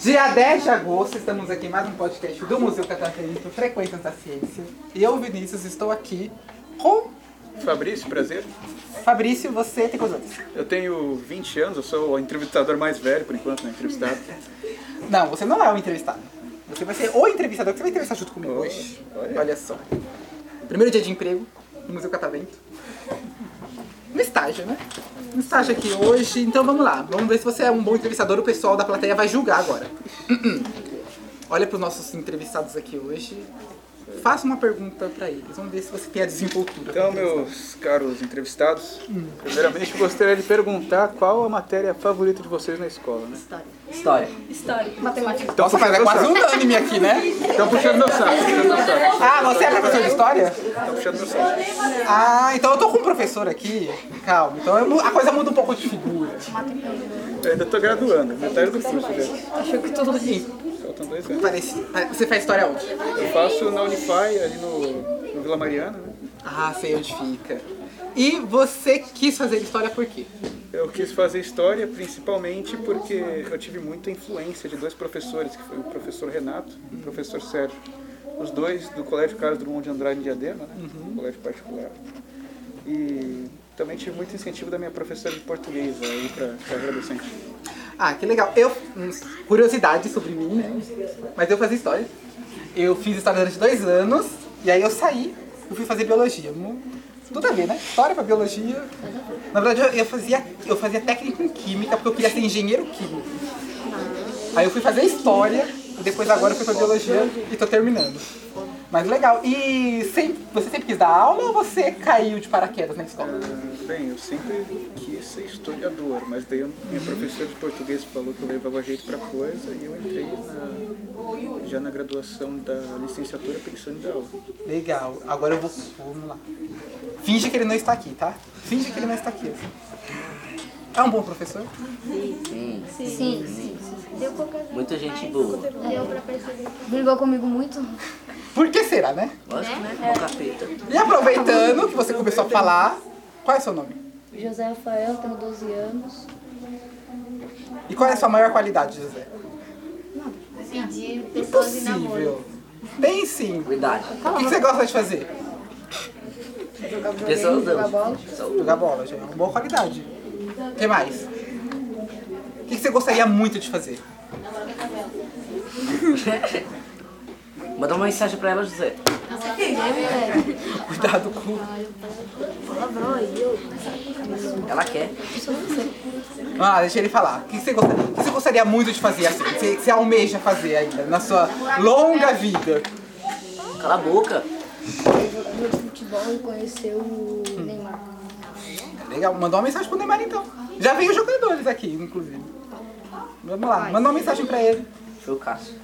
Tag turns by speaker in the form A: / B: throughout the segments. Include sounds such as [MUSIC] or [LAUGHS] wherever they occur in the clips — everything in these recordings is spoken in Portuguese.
A: Dia 10 de agosto, estamos aqui em mais um podcast do Museu Catarinense Frequências da Ciência. Eu, Vinícius, estou aqui com
B: Fabrício, prazer.
A: Fabrício, você tem quantos anos?
B: Eu tenho 20 anos, eu sou o entrevistador mais velho por enquanto, né? Entrevistado.
A: Não, você não é o entrevistado. Você vai ser o entrevistador que você vai entrevistar junto comigo
B: Olha.
A: hoje. Olha. só. Primeiro dia de emprego no Museu Catavento. No estágio, né? No estágio aqui hoje. Então vamos lá. Vamos ver se você é um bom entrevistador. O pessoal da plateia vai julgar agora. [CLEARS THROAT] Olha para os nossos entrevistados aqui hoje. Faça uma pergunta para eles. Vamos ver se você tem a desenvoltura.
B: Então, meus caros entrevistados, primeiramente gostaria de perguntar qual a matéria favorita de vocês na escola, né?
C: História.
A: História.
C: História. Matemática.
B: Então,
A: Nossa, mas é
B: puxando
A: quase
B: meu saco.
A: unânime aqui, né?
B: Então, puxando meu saco. puxando meu saco.
A: Ah, você é professor de história?
B: Então, puxando meu saco.
A: Ah, então eu tô com um professor aqui. Calma, então eu mu- a coisa muda um pouco de figura.
B: Eu ainda tô graduando, metade do curso já.
A: Achou que todo mundo.
B: Faltam dois anos.
A: Parece, pare- você faz história onde?
B: Eu faço na Unify, ali no, no Vila Mariana, né?
A: Ah, sei onde fica. E você quis fazer história por quê?
B: Eu quis fazer história principalmente porque eu tive muita influência de dois professores, que foi o professor Renato e o professor Sérgio. Os dois do Colégio Carlos Drummond de Andrade em Diadema, né? Um colégio particular. E também tive muito incentivo da minha professora de português aí para carreira docente.
A: Ah, que legal. Eu, hum, curiosidade sobre mim, né? Mas eu fazia história. Eu fiz história durante dois anos, e aí eu saí, eu fui fazer biologia. Mu- Tudo a ver, né? História pra biologia. Na verdade, eu- eu fazia, eu fazia técnico em química, porque eu queria ser engenheiro químico. Aí eu fui fazer história, e depois agora eu fui pra biologia e tô terminando. Mas legal. E sempre, você sempre quis dar aula ou você caiu de paraquedas na escola?
B: Ah, Bem, eu sempre quis ser historiador, mas daí eu- minha professora de português falou que eu levava jeito para coisa e eu entrei na- já na graduação da licenciatura pensando em dar aula.
A: Legal. Agora eu vou. Vamos lá. Finge que ele não está aqui, tá? Finge que ele não está aqui. É um bom professor?
D: Sim,
C: Sim, sim, sim.
D: deu qualquer
E: Muita gente boa.
D: Deu pra perceber.
C: Brigou comigo muito?
A: Por que será, né?
E: Lógico, né? Bom capeta.
A: E aproveitando que você começou a falar, qual é seu nome?
C: José Rafael, tenho 12 anos.
A: E qual é a sua maior qualidade, José?
D: Pedir pessoas em namoro.
A: Impossível. Tem sim.
E: Cuidado.
A: O que que você gosta de fazer?
E: Pessoal,
C: jogar bola.
E: não.
A: Jogar bola, já é uma boa qualidade. O que mais? O que que você gostaria muito de fazer?
E: [LAUGHS] Manda uma mensagem pra ela, José.
A: Cuidado com.
E: Ela quer.
A: Ah, deixa ele falar. O que que você gostaria, o que você gostaria muito de fazer assim? Que você- que você almeja fazer ainda na sua longa vida? Tá
E: Cala a boca.
C: Jogador de futebol e conheceu o Neymar.
A: Legal, mandou uma mensagem pro Neymar então. Já veio jogadores aqui, inclusive. Vamos lá, manda uma mensagem pra ele.
E: Foi o Cássio.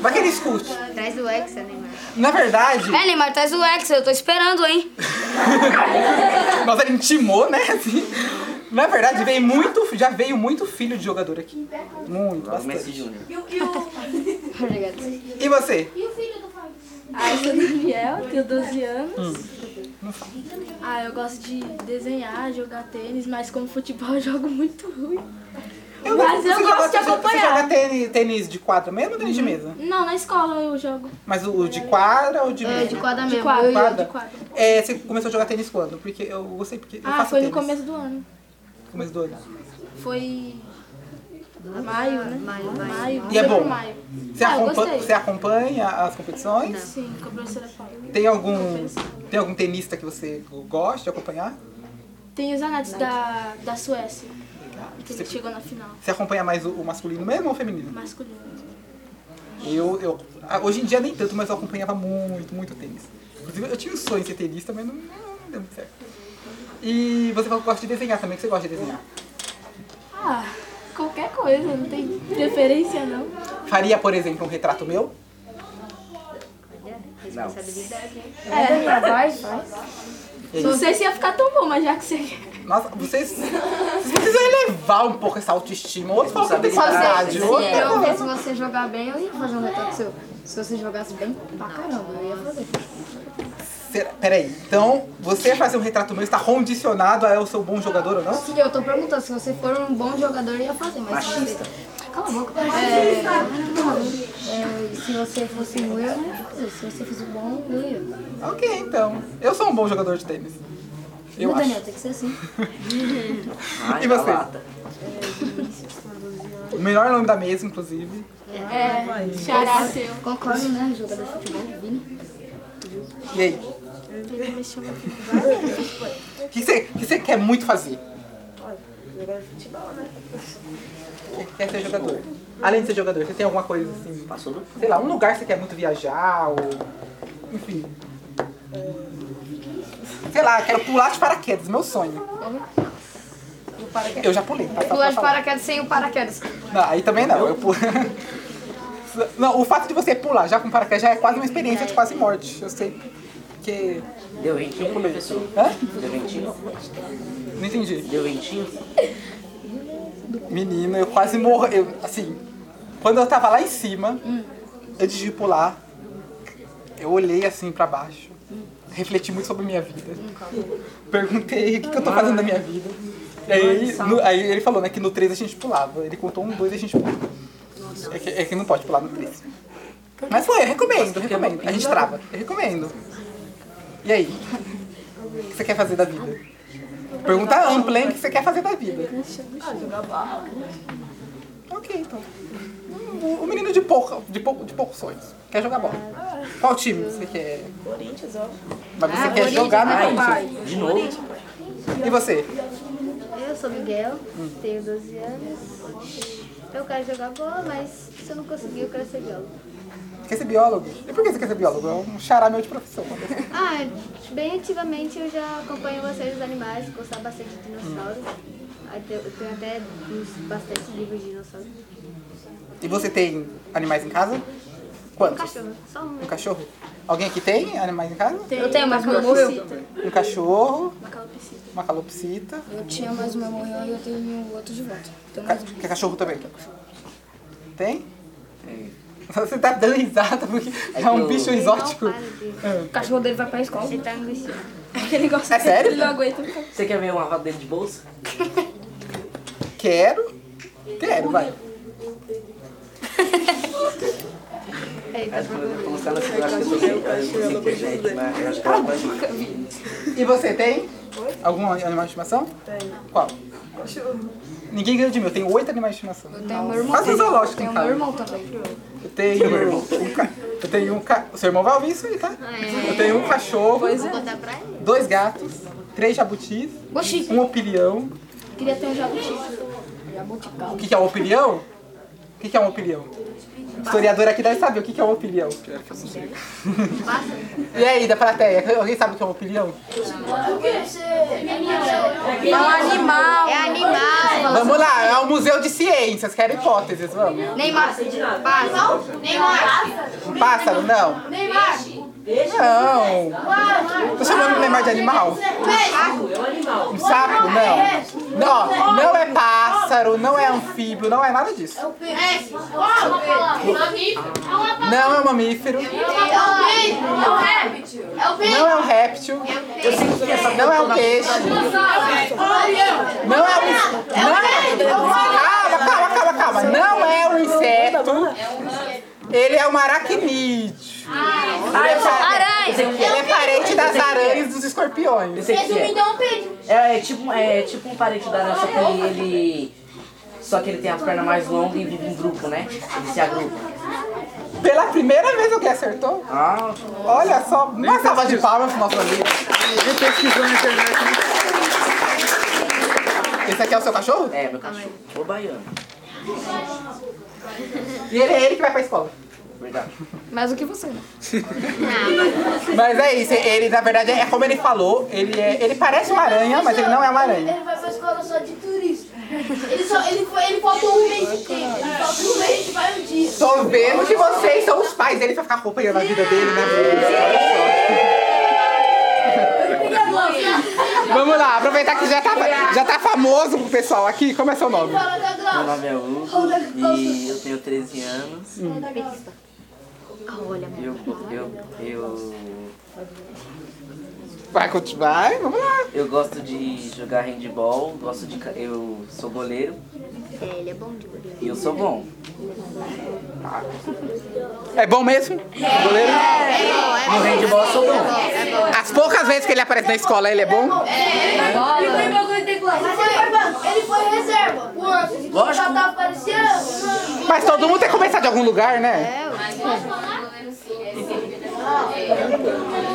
A: Vai que ele escute.
D: Traz o Hexa, Neymar.
A: Na verdade,
F: É, Neymar, traz o Hexa, eu tô esperando, hein?
A: [LAUGHS] nossa, ele intimou, né? assim. Na verdade, veio muito, já veio muito filho de jogador aqui. Muito,
E: O Messi
A: bastante.
E: Júnior.
C: Obrigado.
A: E você?
G: Ah, eu sou Daniel, tenho 12 anos. Ah, eu gosto de desenhar, jogar tênis, mas como futebol [LAUGHS] eu jogo muito ruim. Mas eu
A: você
G: gosto
A: joga-
G: de
A: você- Você
G: acompanhar.
A: joga tênis, tênis de quadra mesmo ou tênis de mesa?
G: Não, na escola eu jogo
A: Mas o, o de quadra ou de mesa?
D: É, de quadra
G: de
D: mesmo.
G: quadro.
A: Quadra?
G: De quadra.
A: É, você começou a jogar tênis quando? Porque eu gostei, porque eu
G: Ah,
A: faço
G: foi no
A: tênis.
G: começo Ah, do ano.
A: Começo do ano.
G: Foi maio, né? Maio, maio.
A: E é
G: Foi
A: bom?
G: por Maio.
A: Você,
G: ah, eu
A: acompa-
G: gostei.
A: você acompanha as competições?
G: Sim, com a professora Paula.
A: Tem algum, tem algum tenista que você gosta de acompanhar?
G: Tem os anates da, da Suécia, que
A: Você,
G: chegou na final,
A: você acompanha mais o, o masculino mesmo ou o feminino?
G: masculino.
A: Eu, eu, ah, hoje em dia nem tanto, mas eu acompanhava muito, muito tênis. Inclusive, eu tinha um sonho de ser tenista, mas não, não deu muito certo. E você falou que gosta de desenhar também, que você gosta de desenhar.
G: Ah, qualquer coisa, não tem preferência não.
A: Faria, por exemplo, um retrato meu?
D: Responsabilidade.
G: É.
C: Vai, vai.
G: Não sei se ia ficar tão bom, mas já que você quer.
A: Nossa, vocês, vocês precisam elevar um pouco essa autoestima. Outros falam que tem qualidade.
E: Responsabilidade,
A: Outro...
C: Se eu ver se você jogar bem, eu ia fazer um retrato seu. Se você jogasse bem pra caramba, eu ia fazer.
A: Será- Peraí, então você fazer um retrato meu está condicionado a eu ser um bom jogador ou não?
C: Sim, eu tô perguntando, se você for um bom jogador, eu ia fazer, mas
E: Machista.
C: se você... Cala a boca. É, não, é, se você fosse ruim, eu não ia fazer. Se você fosse bom, eu ia.
A: Ok, então. Eu sou um bom jogador de tênis. Eu
C: Não,
A: acho.
C: Daniel, tem que ser assim.
E: Ai,
A: E você?
E: da lata.
A: O melhor nome da mesa, inclusive.
G: é, Xará seu.
C: Concordo, né? Jogador de futebol, Vini.
A: E aí? O que você que você quer muito fazer? Jogar futebol, né? Quer ser jogador. Além de ser jogador, você tem alguma coisa assim?
E: Passou do...
A: Sei lá, um lugar que você quer muito viajar ou. Enfim. Sei lá, quero pular de paraquedas, meu sonho. Eu já pulei, tá? Só pra
F: Pular de
A: falar.
F: paraquedas sem o paraquedas.
A: Não, aí também não. Eu pulo. [LAUGHS] Não, o fato de você pular já com paraquedas já é quase uma experiência de quase morte. Eu sei. Porque.
E: Deu ventinho, professor?
A: é? Hã?
E: Deu ventinho?
A: Não entendi.
E: Deu ventinho?
A: Menina, eu quase morro. Eu, assim, quando eu tava lá em cima, antes de pular, eu olhei assim pra baixo. Refleti muito sobre a minha vida. Perguntei o que, que eu tô fazendo na minha vida. Hum. E aí, no- aí ele falou, né, que no 3 a gente pulava. Ele contou um, dois e a gente pulava. É que, é que não pode pular no 3. Mas foi, eu recomendo, eu recomendo. A gente trava, eu recomendo. E [LAUGHS] aí? O que você quer fazer da vida? Pergunta ampla, hein? O que você quer fazer da vida? Ok, então. Um, um menino de, pouca, de, pouco, de poucos sonhos. Quer jogar bola.
C: Ah.
A: Qual time você quer? Corinthians, ó. Mas você quer jogar no
E: Ai,
A: Corinthians.
E: de novo?
A: E você?
D: Eu sou Miguel, tenho 12 anos. Eu quero jogar bola, mas se eu não conseguir, eu quero ser biólogo.
A: Quer ser biólogo? E por que você quer ser biólogo? É um xará meu de profissão.
D: Ah, bem ativamente eu já acompanho vocês os animais, gostar bastante de dinossauros. Aí te- Eu tenho até uns bastante livros de dinossauros.
A: E você tem animais em casa?
D: Um
A: Quantos?
D: cachorro, só um.
A: Um cachorro? Alguém aqui tem animais em casa?
F: Eu tenho, mas meu morreu.
A: Um cachorro,
G: Calopsita.
A: uma calopsita.
C: Eu tinha mais uma morreu e eu tenho outro de volta. Então,
A: Ca- Quer cachorro também? Tem?
E: É.
A: Você tá dando risada porque é,
E: que
A: um
E: eu-
A: bicho
D: Ele não
A: exótico.
D: para de-
F: O cachorro dele vai pra escola.
D: Ele tá
F: [LAUGHS]
D: angustiado.
G: Aquele negócio
A: É sério?
G: que ele não aguenta. ficar-
E: Você quer ver uma roda dele de bolsa?
A: Quero. Quero, vai.
D: Ele tá procurando.
E: Como se ela segurasse a pessoa sem internet, né? Eu acho que ela vai mais.
A: E você tem? Algum animal de estimação? Tenho. Qual? Ninguém ganhou de mim, eu tenho oito animais de estimação.
C: eu tenho meu irmão.
A: Quase um zoológico
C: Tenho
A: em
C: meu
A: casa.
C: irmão também.
A: Eu tenho um ca... Eu tenho um ca... Seu irmão vai ouvir isso aí, tá?
C: Ah, é.
A: Eu tenho um cachorro,
D: Vou contar pra ele.
A: dois gatos, três jabutis,
F: Oxi.
A: um opinião.
C: Queria ter um jabuti.
A: O que que é um opinião? O que que é um opinião? O historiador aqui deve saber o que que é um opinião. E aí, da plateia, alguém sabe o que é um opinião?
F: É um animal.
D: É animal.
A: Vamos lá, é o Museu de Ciências, quero hipóteses, vamos.
F: Neymar.
D: Passa.
A: Um pássaro? Não. Não. Tô chamando o Neymar de animal? Um sapo? Não. Não, não é pássaro, não é anfíbio, não é nada disso. Não é um mamífero. Não é um réptil. Não é um peixe. Não é um. Não é. Calma, calma, calma, calma. Não é um inseto. Ele é um aracnídeo. Ele é pa-
F: Aranha.
A: Ele é parente das aranhas e dos escorpiões.
E: Você quer? É, é tipo, é tipo um parente da nossa que ele... Só que ele tem as pernas mais longas e vive em grupo, né? Ele se agrupa.
A: Pela primeira vez alguém acertou.
E: Ah,
A: Olha só, uma salva de palmas pro nosso amigo.
B: Ninguém pesquisou na internet, né?
A: Esse aqui é o seu cachorro?
E: é, meu cachorro. Ô, baiano.
A: E ele é ele que vai pra escola.
E: Verdade.
F: Mais do que você, né?
A: Mas é isso, ele na verdade é como ele falou, ele é. Ele parece uma aranha, mas ele não é uma aranha.
H: Ele vai pra escola só de turista. Ele, só, ele, foi, ele faltou um mês de tempo. Ele faltou um mês e vai um dia.
A: Tô vendo que vocês são os pais dele pra ficar acompanhando a vida dele, né? Olha só. Vamos lá, aproveitar que já tá, já tá famoso pro pessoal aqui. Como é seu nome?
E: Meu nome é Hugo e eu tenho 13 anos.
D: Hum. Olha,
E: Eu, eu, eu,
A: Vai, conti- vai, vamos lá.
E: eu gosto de jogar handball, gosto de, ca- eu sou goleiro
D: é, ele é bom de goleiro.
E: e eu sou bom.
A: É bom mesmo? Goleiro?
E: No handball eu sou bom.
A: As poucas vezes que ele aparece na escola, ele é bom?
H: Ele foi meu gol teclado. Mas ele foi banco. Ele foi reserva. Por antes.
E: Lógico.
H: Já tá aparecendo.
A: Mas todo mundo tem que começar de algum lugar, né?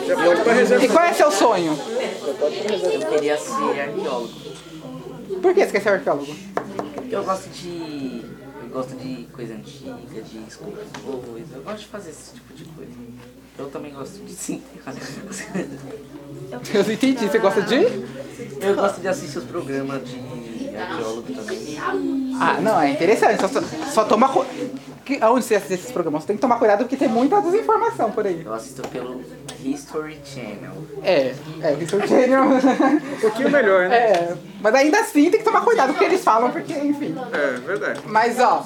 B: Já pode ir pra reserva.
A: E qual é seu sonho?
E: Eu queria ser arqueólogo.
A: Por que você quer ser arqueólogo?
E: Eu gosto de, eu gosto de coisa antiga, de escultura, eu gosto de fazer esse tipo de coisa. Eu também gosto de sim. [LAUGHS]
A: Eu não entendi, você gosta de?
E: Eu gosto de assistir os programas de arqueólogo também.
A: Ah, não, é interessante. Só, só, só toma. cu- Que, aonde você assiste esses programas? Você tem que tomar cuidado porque tem muita desinformação por aí.
E: Eu assisto pelo History Channel.
A: É, é, o Victor Channel.
B: Um pouquinho melhor, né?
A: [LAUGHS] é, mas ainda assim tem que tomar cuidado porque eles falam, porque, enfim.
B: É, verdade.
A: Mas ó,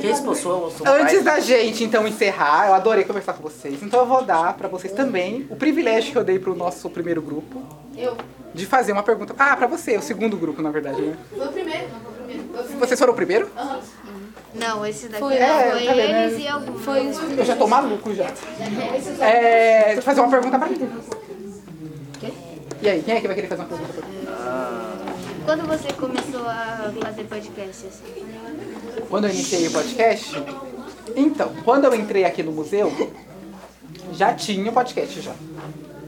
E: Que expulsou o
A: antes da gente então encerrar, eu adorei conversar com vocês. Então eu vou dar pra vocês também o privilégio que eu dei pro nosso primeiro grupo.
H: Eu.
A: De fazer uma pergunta. Ah, pra você, o segundo grupo, na verdade, né?
H: Foi o primeiro. Não, foi o primeiro. Foi o primeiro. Ah.
A: Vocês foram o primeiro?
D: Não, esse daqui
F: Foi-
D: não,
A: é,
D: foi
A: tá vendo,
D: eles
A: né?
D: e alguns. Foi os
A: Eu já tô maluco já. É. Vou fazer uma pergunta pra mim. E aí, quem é que vai querer fazer uma pergunta pra mim?
D: Quando você começou a fazer podcast, assim?
A: Quando eu iniciei o podcast, então, quando eu entrei aqui no museu, já tinha o podcast já.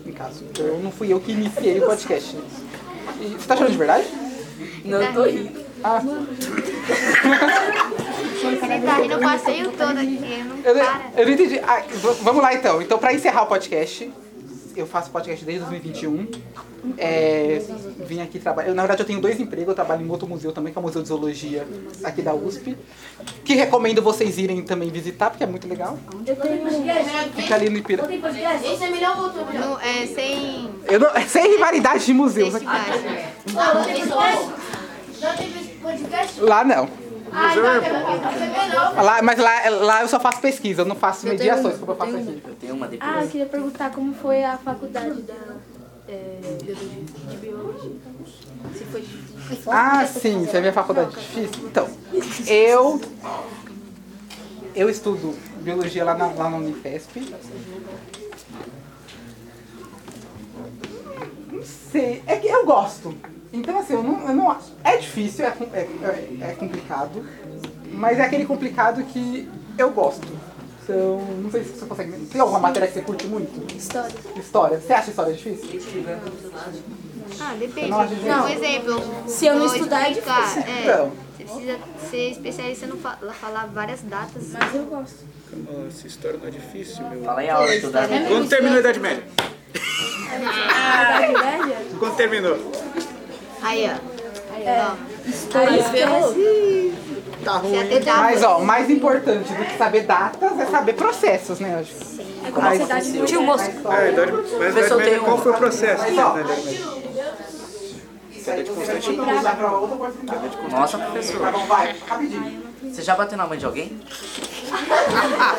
A: Em caso. Eu não fui eu que iniciei o podcast. né? E, você tá achando de verdade?
E: [LAUGHS] Não, eu tô rindo.
A: Ah,
D: Você tá rindo o passeio todo aqui, eu não
A: eu, não-
D: para.
A: eu não entendi. Ah, v- vamos lá então. Então, pra encerrar o podcast, eu faço podcast desde 2021. É, vim aqui trabalhar. eu, Na verdade, eu tenho dois empregos. Eu trabalho em outro museu também, que é o Museu de Zoologia aqui da USP. Que recomendo vocês irem também visitar, porque é muito legal. Fica ali no Ipiranga.
H: Esse é melhor ou outro é melhor?
D: Não, é sem
A: Eu não, é sem rivalidade de né? museus. aqui.
D: festividade.
H: Não, não tem podcast. Não tem podcast?
A: Lá não.
H: Ah, então é melhor.
A: Lá, mas lá, lá eu só faço pesquisa, eu não faço mediações como eu faço aqui.
E: Eu tenho uma
G: Ah, eu
E: depressão.
G: queria perguntar como foi a faculdade da, é, biologia- de biologia. Se foi difícil.
A: Ah, sim, você vê a faculdade difícil? Então, eu. Eu estudo biologia lá na, lá na Unifesp. Não sei, é que eu gosto. Então, assim, eu não. eu não- é difícil, é, com- é- é- é complicado. Mas é aquele complicado que eu gosto. Então, não sei se você consegue. Tem alguma matéria que você curte muito? História. História. Você acha história difícil?
D: Ah, depende.
A: Não, a gente-
D: Por exemplo,
F: Se eu não
D: vou
F: estudar, é
D: explicar, é,
A: Então.
D: Você precisa ser especialista no fa- falar várias datas.
F: Mas eu gosto.
B: Nossa, história não é difícil, meu.
E: Fala aí a hora de estudar.
B: Quando terminou a Idade Média?
G: Faculdade média?
B: Quando terminou?
D: Aí, ó. Ó,
A: Tá ruim.
D: até dá,
A: Mas,
D: mas-
A: ó, o mais importante do que saber datas é saber processos, né? eu Acho.
F: É como a cidade muito. Tio moço.
B: É, a idade, mas a Idade Média, qual foi o processo? que teve na Idade Média?
E: Nossa, professor.
A: Tá bom, vai, rapidinho.
E: Você já bateu na mãe de alguém?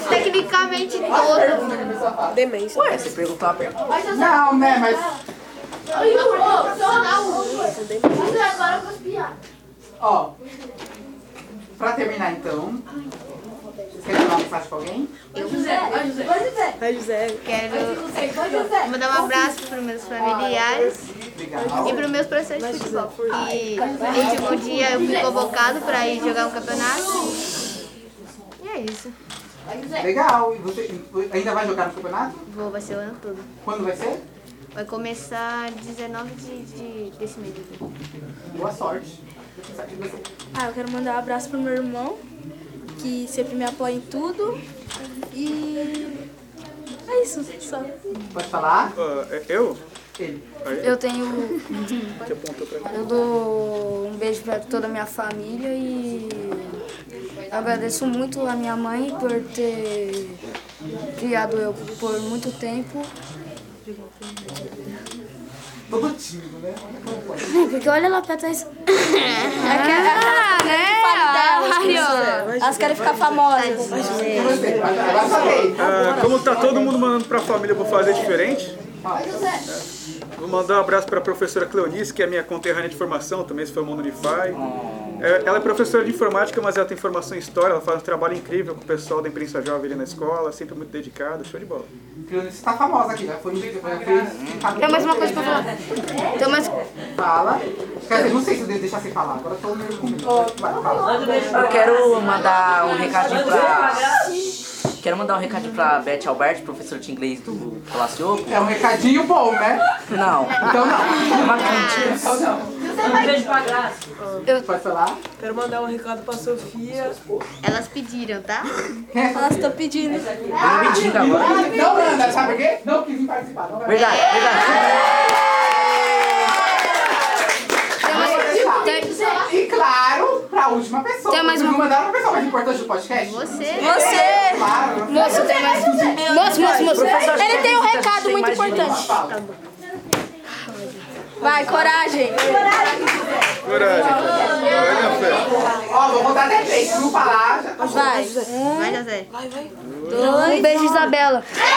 D: Tecnicamente todo.
F: Demência.
E: Ué, você perguntou uma pergunta.
A: Não, né, mas...
H: Aí, ô, só dá um. Mas agora eu vou espiar.
A: Ó, pra terminar, então... Vocês querem mandar uma mensagem pra um alguém?
H: Vai, José. Vai, José.
F: Vai, José.
D: Quero
F: é.
H: Vai, José.
D: mandar um abraço para meus familiares
A: Legal.
D: e para meus professores de futebol. E
F: é?
D: no último dia eu fui convocado para ir jogar um campeonato. E é isso.
A: Legal. E você ainda vai jogar no campeonato?
D: Vou, vai ser o ano todo.
A: Quando vai ser?
D: Vai começar 19 de, de- desse mês. aqui.
A: Boa sorte. Boa sorte pra você.
G: Ah, eu quero mandar um abraço pro meu irmão, que sempre me apoia em tudo. E é isso, só.
A: Pode falar?
B: Ah, é- eu?
A: Ele.
F: Eu tenho.
B: Que apontou pra mim.
F: Eu dou um beijo pra toda a minha família e agradeço muito a minha mãe por ter criado eu por muito tempo.
A: Todo tímido, né?
F: Porque olha lá pra trás. Ah, né? Elas querem ficar famosas.
A: Agora falei.
B: Ah, como tá todo mundo mandando pra família, eu vou fazer diferente. É. Vou mandar um abraço pra professora Cleonice, que é minha conterrânea de formação, também se formou no Unify. É, Ela é professora de informática, mas ela tem formação em história, ela faz um trabalho incrível com o pessoal da imprensa jovem ali na escola, sempre muito dedicada, show de bola.
A: Você tá famosa aqui, já foi um vídeo. Tem
F: Tem mais uma coisa pra falar. Tem mais.
A: Fala. Quer dizer, não sei se eu devo deixar você falar. Agora eu tô meio com medo. Vai, fala.
E: Eu quero mandar um recadinho pra. Quero mandar um recadinho pra Beth Albert, professora de inglês do Palácio Oco.
A: É um recadinho bom, né?
E: Não,
A: Então não.
E: uma crítica.
A: Então não. Pode falar?
I: Quero mandar um recado pra Sofia.
D: Elas pediram, tá?
F: Elas estão pedindo.
E: Tô mentindo agora.
A: Não, Ana, sabe por quê? Não quis participar. Não vai
E: Verdade, verdade.
A: deixar. E claro, pra última pessoa.
F: Tem mais
A: Vocês
F: uma-
A: Não mandaram pra pessoa mais importante do podcast?
D: Você.
F: Você!
A: Claro.
F: Moço, tem mais. Moço, moço, moço. Ele tem um recado muito importante.
A: Fala.
F: Vai, coragem.
B: Coragem, Vai na fé.
A: Ó, vou contar até três. Se não falar, já tá
F: Vai.
D: Vai, José.
F: Um beijo, Isabela.